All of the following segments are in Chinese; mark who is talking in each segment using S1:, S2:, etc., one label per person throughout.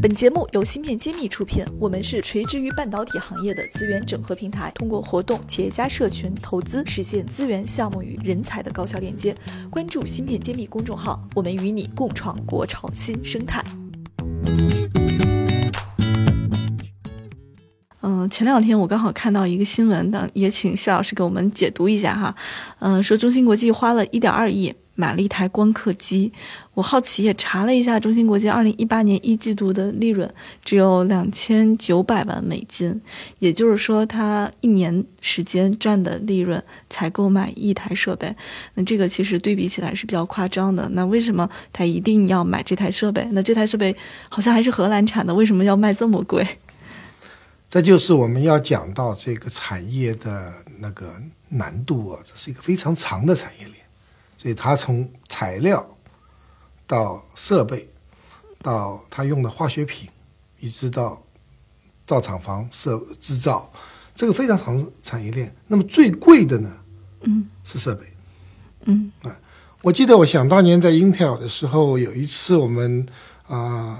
S1: 本节目由芯片揭秘出品，我们是垂直于半导体行业的资源整合平台，通过活动、企业家社群、投资，实现资源、项目与人才的高效链接。关注“芯片揭秘”公众号，我们与你共创国潮新生态。嗯，前两天我刚好看到一个新闻，当也请谢老师给我们解读一下哈。嗯，说中芯国际花了一点二亿买了一台光刻机，我好奇也查了一下，中芯国际二零一八年一季度的利润只有两千九百万美金，也就是说它一年时间赚的利润才购买一台设备，那这个其实对比起来是比较夸张的。那为什么他一定要买这台设备？那这台设备好像还是荷兰产的，为什么要卖这么贵？
S2: 这就是我们要讲到这个产业的那个难度啊，这是一个非常长的产业链，所以它从材料到设备，到它用的化学品，一直到造厂房设制造，这个非常长产业链。那么最贵的呢，
S1: 嗯，
S2: 是设备。啊
S1: 嗯
S2: 我记得我想当年在 Intel 的时候，有一次我们啊、呃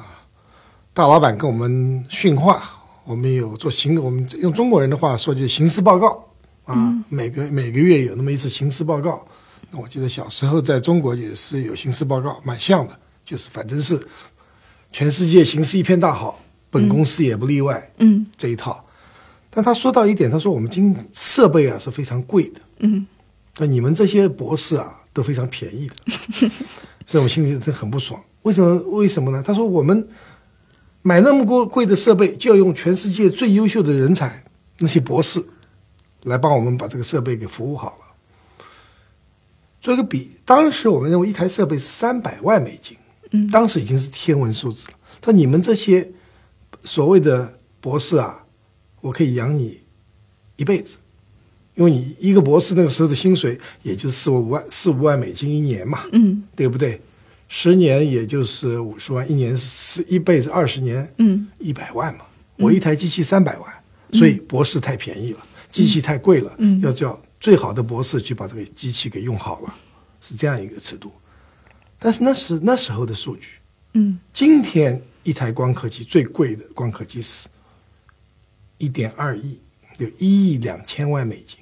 S2: 大老板跟我们训话，我们有做行，我们用中国人的话说就是形势报告啊，
S1: 嗯
S2: 每个每个月有那么一次形势报告。那我记得小时候在中国也是有形势报告，蛮像的，就是反正是全世界形势一片大好，本公司也不例外、
S1: 嗯
S2: 这一套。但他说到一点，他说我们今设备啊是非常贵的，
S1: 嗯
S2: 那你们这些博士啊，都非常便宜的， 所以我心里真很不爽。为什么？为什么呢？他说我们买那么多贵的设备，就要用全世界最优秀的人才，那些博士，来帮我们把这个设备给服务好了。做一个比，当时我们认为一台设备是三百万美金，
S1: 嗯
S2: 当时已经是天文数字了。他说你们这些所谓的博士啊，我可以养你一辈子。因为你一个博士那个时候的薪水也就四五万四五万美金一年嘛，
S1: 嗯
S2: 对不对？十年也就是五十万，一年是四一辈子二十年，
S1: 嗯
S2: 一百万嘛。我一台机器三百万，所以博士太便宜了，机器太贵了，
S1: 嗯
S2: 要叫最好的博士去把这个机器给用好了，是这样一个尺度。但是那时那时候的数据，
S1: 嗯
S2: 今天一台光刻机最贵的光刻机是一点二亿，有一亿两千万美金。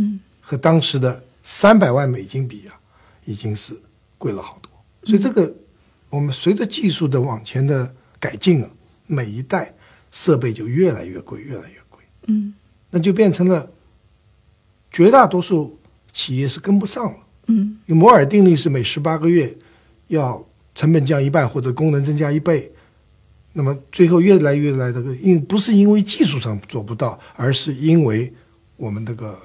S1: 嗯
S2: 和当时的三百万美金比啊，已经是贵了好多。所以这个，我们随着技术的往前的改进啊，每一代设备就越来越贵，越来越贵，
S1: 嗯
S2: 那就变成了绝大多数企业是跟不上了。
S1: 嗯
S2: 摩尔定律是每十八个月要成本降一半或者功能增加一倍，那么最后越来越来的因不是因为技术上做不到，而是因为我们这个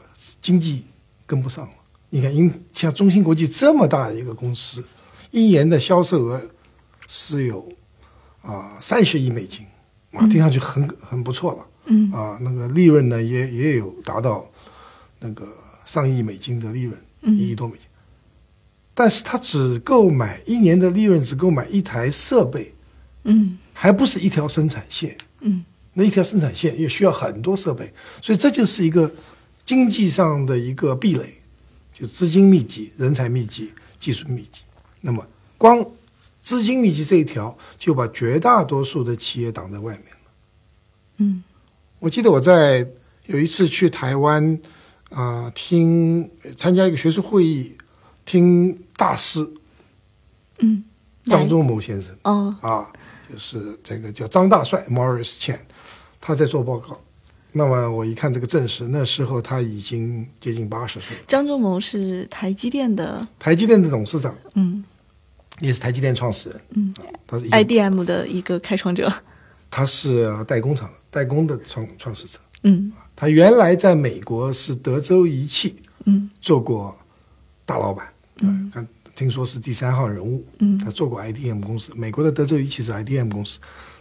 S2: 经济跟不上了。你看，因像中芯国际这么大一个公司，一年的销售额是有啊三十亿美金，哇，听上去很很不错了。
S1: 嗯
S2: 啊，那个利润呢也也有达到那个上亿美金的利润，一亿多美金。但是它只购买一年的利润，只购买一台设备，
S1: 嗯
S2: 还不是一条生产线。
S1: 嗯
S2: 那一条生产线也需要很多设备，所以这就是一个经济上的一个壁垒，就资金密集、人才密集、技术密集。那么光资金密集这一条，就把绝大多数的企业挡在外面了。
S1: 嗯
S2: 我记得我在有一次去台湾，啊、听参加一个学术会议，听大师
S1: 嗯，
S2: 张忠谋先生
S1: 哦，
S2: 啊，就是这个叫张大帅 Morris Chan，他在做报告。那么我一看这个正史，那时候他已经接近八十岁了，
S1: 张忠谋是台积电的，
S2: 台积电的董事长，
S1: 嗯
S2: 也是台积电创始人。
S1: 嗯
S2: 啊，他是一个
S1: ，IDM 的一个开创者，
S2: 他是代工厂代工的创创始者。啊
S1: 嗯
S2: 他原来在美国是德州仪器
S1: 嗯
S2: 做过大老板，嗯，看听说是第三号人物，
S1: 嗯
S2: 他做过 IDM 公司，美国的德州仪器是 IDM 公司，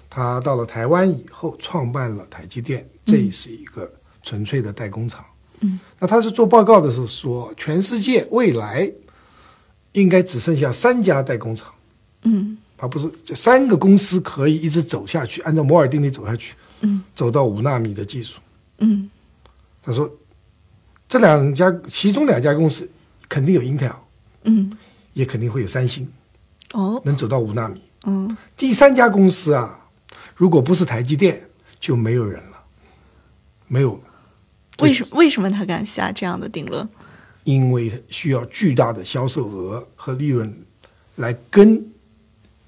S2: 他到了台湾以后创办了台积电，这是一个纯粹的代工厂，
S1: 嗯，
S2: 那他是做报告的时候说，全世界未来应该只剩下三家代工厂，
S1: 嗯
S2: 而不是这三个公司可以一直走下去，按照摩尔定律走下去，
S1: 嗯
S2: 走到五纳米的技术。
S1: 嗯
S2: 他说，这两家其中两家公司肯定有 Intel，
S1: 嗯，
S2: 也肯定会有三星，
S1: 哦，
S2: 能走到五纳米。
S1: 嗯
S2: 第三家公司啊，如果不是台积电，就没有人了，没有了，对
S1: 为什为什么他敢下这样的定论？
S2: 因为需要巨大的销售额和利润来跟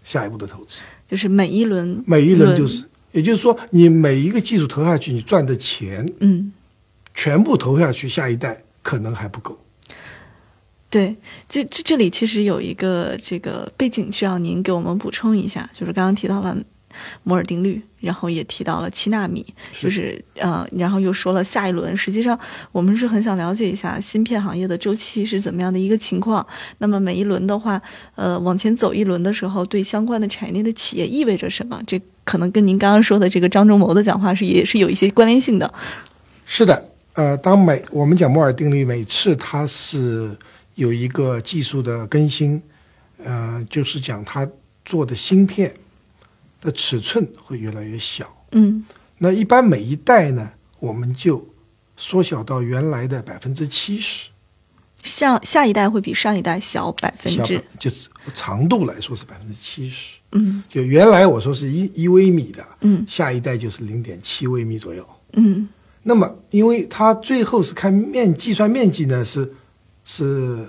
S2: 下一步的投资。
S1: 就是每一轮，
S2: 每一轮就是，也就是说，你每一个技术投下去，你赚的钱
S1: 嗯，
S2: 全部投下去，下一代可能还不够。
S1: 对，这这这里其实有一个这个背景需要您给我们补充一下，就是刚刚提到了摩尔定律，然后也提到了七纳米，就是呃，然后又说了下一轮。实际上，我们是很想了解一下芯片行业的周期是怎么样的一个情况。那么每一轮的话，呃，往前走一轮的时候，对相关的产业内的企业意味着什么？这可能跟您刚刚说的这个张忠谋的讲话是也是有一些关联性的。
S2: 是的，呃，当每我们讲摩尔定律，每次它是有一个技术的更新，呃，就是讲它做的芯片的尺寸会越来越小。
S1: 嗯
S2: 那一般每一代呢，我们就缩小到原来的百分之七十，
S1: 上下一代会比上一代小百分
S2: 小
S1: 之
S2: 百就是长度来说是百分之七十。
S1: 嗯
S2: 就原来我说是一一微米的，
S1: 嗯
S2: 下一代就是零点七微米左右。
S1: 嗯
S2: 那么，因为它最后是看面计算面积呢，是是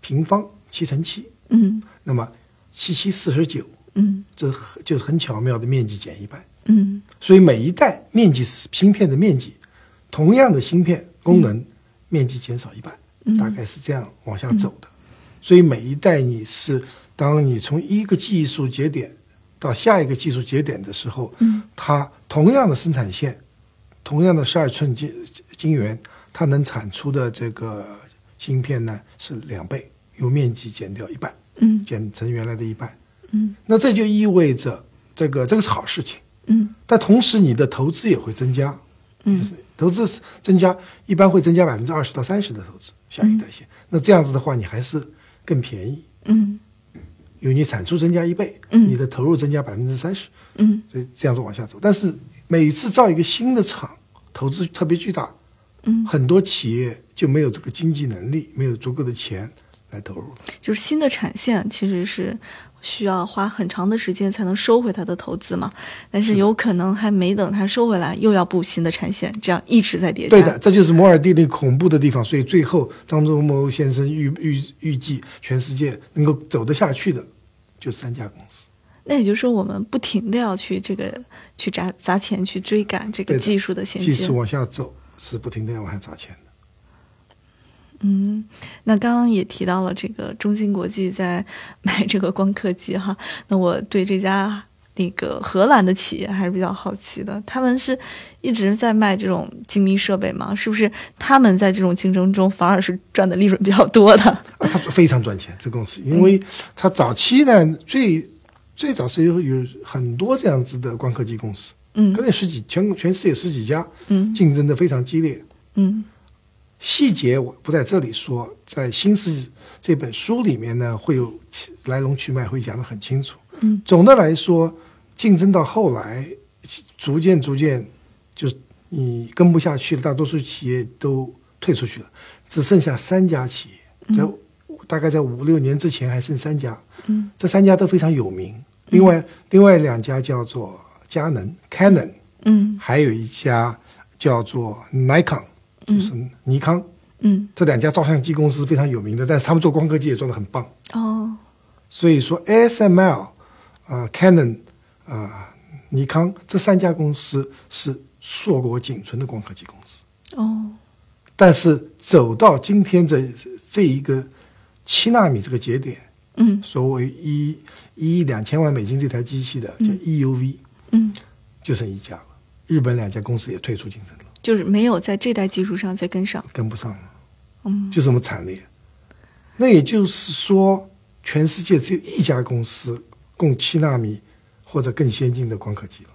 S2: 平方七乘七，
S1: 嗯
S2: 那么七七四十九，
S1: 嗯
S2: 这很就是很巧妙的面积减一半，
S1: 嗯
S2: 所以每一代面积是芯片的面积，同样的芯片功能、面积减少一半，
S1: 嗯
S2: 大概是这样往下走的。所以每一代你是当你从一个技术节点到下一个技术节点的时候，
S1: 嗯
S2: 它同样的生产线，同样的十二寸晶晶圆，它能产出的这个芯片呢是两倍，由面积减掉一半，
S1: 嗯
S2: 减成原来的一半。
S1: 嗯
S2: 那这就意味着这个这个是好事情，
S1: 嗯
S2: 但同时你的投资也会增加，
S1: 嗯
S2: 就是投资是增加一般会增加百分之二十到三十的投资，下一代线。那这样子的话，你还是更便宜，
S1: 嗯
S2: 因为你产出增加一倍，
S1: 嗯
S2: 你的投入增加百分之三十，
S1: 嗯
S2: 所以这样子往下走。但是每次造一个新的厂，投资特别巨大，
S1: 嗯，
S2: 很多企业就没有这个经济能力，没有足够的钱来投入。
S1: 就是新的产线其实是需要花很长的时间才能收回它的投资嘛，但是有可能还没等它收回来，又要布新的产线，这样一直在叠加。
S2: 对的，，这就是摩尔定律恐怖的地方。所以最后，张忠谋先生预预预计，全世界能够走得下去的，就三家公司。
S1: 那也就是说，我们不停的要去这个去砸砸钱去追赶这个
S2: 对的
S1: 技术的衔
S2: 技
S1: 接。
S2: 术往下走是不停的往下砸钱的。
S1: 嗯，那刚刚也提到了这个中芯国际在买这个光刻机哈，那我对这家那个荷兰的企业还是比较好奇的，他们是一直在卖这种精密设备吗？是不是他们在这种竞争中反而是赚的利润比较多的？
S2: 啊，它非常赚钱，这公司，因为它早期呢，最最早是有有很多这样子的光刻机公司，
S1: 嗯
S2: 可能有十几全全世界十几家，
S1: 嗯
S2: 竞争的非常激烈。
S1: 嗯
S2: 细节我不在这里说，在《新世》这本书里面呢，会有其来龙去脉，会讲得很清楚。
S1: 嗯，
S2: 总的来说，竞争到后来，逐渐逐渐，就是你跟不下去了，大多数企业都退出去了，只剩下三家企业，在、大概在五六年之前还剩三家，
S1: 嗯
S2: 这三家都非常有名。另外，另外两家叫做佳能 （Canon），
S1: 嗯
S2: 还有一家叫做 Nikon，就是尼康。
S1: 嗯
S2: 这两家照相机公司非常有名的，但是他们做光刻机也做得很棒。
S1: 哦
S2: 所以说，ASML、啊、Canon、啊、尼康这三家公司是硕果仅存的光刻机公司。
S1: 哦
S2: 但是走到今天这这一个七纳米这个节点，
S1: 嗯
S2: 所谓一一亿两千万美金这台机器的叫 EUV，、
S1: 嗯，
S2: 就剩一家了。日本两家公司也退出竞争了，
S1: 就是没有在这代技术上再跟上。
S2: 跟不上了，
S1: 嗯
S2: 就这么惨烈。那也就是说，全世界只有一家公司供七纳米或者更先进的光刻机了。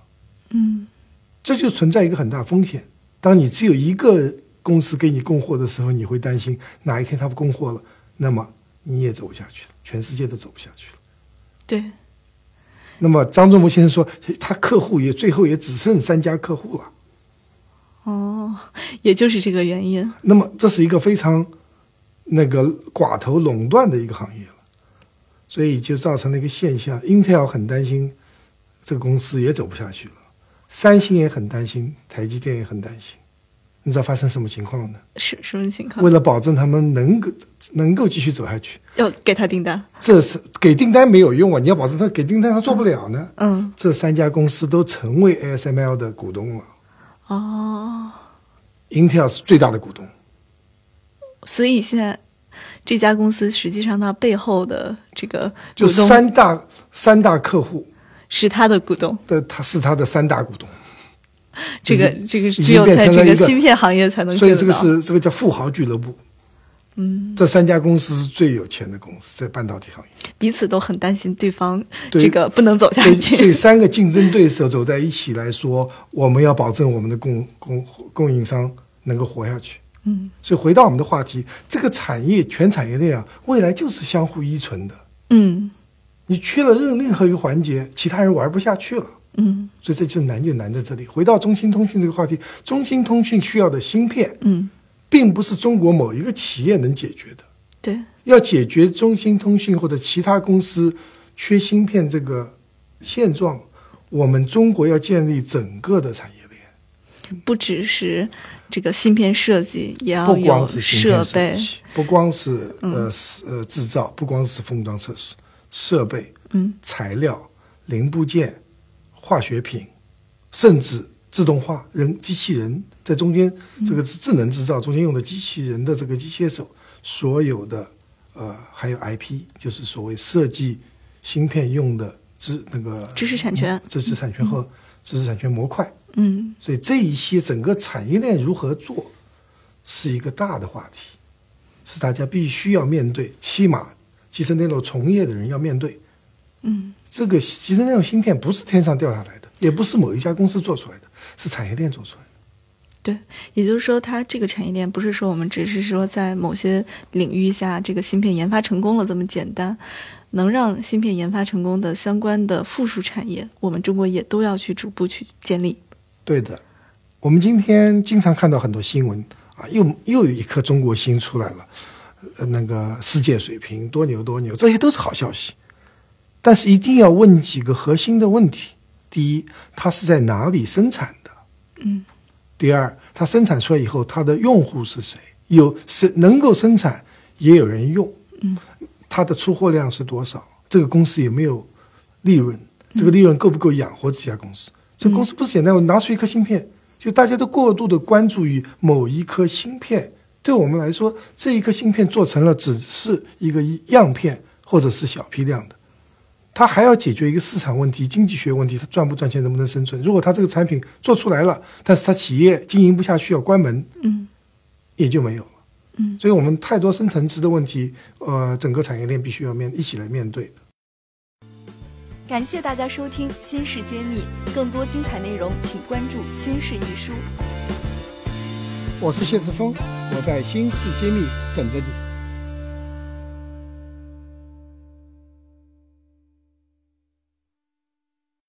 S1: 嗯
S2: 这就存在一个很大风险。当你只有一个公司给你供货的时候，你会担心哪一天它不供货了，那么你也走不下去了，全世界都走不下去了。
S1: 对
S2: 那么张忠谋先生说，他客户也最后也只剩三家客户了。
S1: 哦，也就是这个原因。
S2: 那么这是一个非常那个寡头垄断的一个行业了，所以就造成了一个现象。Intel 很担心这个公司也走不下去了。三星也很担心，台积电也很担心。你知道发生什么情况呢？
S1: 是什么情况
S2: 为？了保证他们能够能够继续走下去，
S1: 要给他订单？
S2: 这是给订单没有用啊！你要保证他给订单，他做不了呢。
S1: 嗯，
S2: 这三家公司都成为 ASML 的股东了
S1: 哦，
S2: ，Intel 是最大的股东。
S1: 所以现在这家公司实际上它背后的这个
S2: 就
S1: 股东
S2: 三大三大客户
S1: 是他的股东，
S2: 的，他是他的三大股东，
S1: 这个
S2: 已
S1: 这个
S2: 已
S1: 只
S2: 经
S1: 有
S2: 变
S1: 在
S2: 成
S1: 这
S2: 了
S1: 个
S2: 一个
S1: 芯片行业才能
S2: 所
S1: 见
S2: 以
S1: 得
S2: 这个
S1: 到。
S2: 是这个叫富豪俱乐部。
S1: 嗯，
S2: 这三家公司是最有钱的公司，在半导体行业。
S1: 彼此都很担心对方
S2: 对
S1: 这个不能走下
S2: 对，所以
S1: 去。
S2: 三个竞争对手走在一起来说，我们要保证我们的供供供应商能够活下去。
S1: 嗯
S2: 所以回到我们的话题，这个产业全产业链啊，未来就是相互依存的。
S1: 嗯
S2: 你缺了任任何一个环节，其他人玩不下去了。
S1: 嗯
S2: 所以这就难就难在这里。回到中兴通讯这个话题，中兴通讯需要的芯片，
S1: 嗯，
S2: 并不是中国某一个企业能解决的。
S1: 对，
S2: 要解决中兴通讯或者其他公司缺芯片这个现状，我们中国要建立整个的产业链，
S1: 不只是这个芯片设计，也要
S2: 不光
S1: 啊有
S2: 是芯
S1: 设
S2: 片设
S1: 备。嗯
S2: 计，不光是呃是呃制造，不光是封装测试、设备、
S1: 嗯
S2: 材料、零部件、化学品，甚至自动化人机器人在中间这个智智能制造中间用的机器人的这个机械手，所有的呃还有 IP，就是所谓设计芯片用的知那个
S1: 知识产权
S2: 知识产权和知识产权模块，
S1: 嗯
S2: 所以这一些整个产业链如何做，是一个大的话题，是大家必须要面对，起码集成电路从业的人要面对。
S1: 嗯，
S2: 这个集成电路芯片不是天上掉下来的，也不是某一家公司做出来的，是产业链做出来的。
S1: 对，也就是说，它这个产业链不是说我们只是说在某些领域下这个芯片研发成功了这么简单，能让芯片研发成功的相关的附属产业，我们中国也都要去逐步去建立。
S2: 对的，我们今天经常看到很多新闻啊，又又有一颗中国心出来了，呃，那个世界水平多牛多牛，这些都是好消息，但是一定要问几个核心的问题：第一，它是在哪里生产的？
S1: 嗯，
S2: 第二，它生产出来以后，它的用户是谁？有是能够生产，也有人用。
S1: 嗯，
S2: 它的出货量是多少？这个公司有没有利润？这个利润够不够养活这家公司？这公司不是简单，我拿出一颗芯片，就大家都过度的关注于某一颗芯片。对我们来说，这一颗芯片做成了只是一个样片或者是小批量的，它还要解决一个市场问题、经济学问题，它赚不赚钱，能不能生存？如果它这个产品做出来了，但是它企业经营不下去要关门，
S1: 嗯
S2: 也就没有了。
S1: 嗯，
S2: 所以我们太多深层次的问题，呃，整个产业链必须要面一起来面对。
S3: 感谢大家收听《新事揭秘》，更多精彩内容请关注《新事一书》。
S2: 我是谢志峰，我在新世揭秘等着你。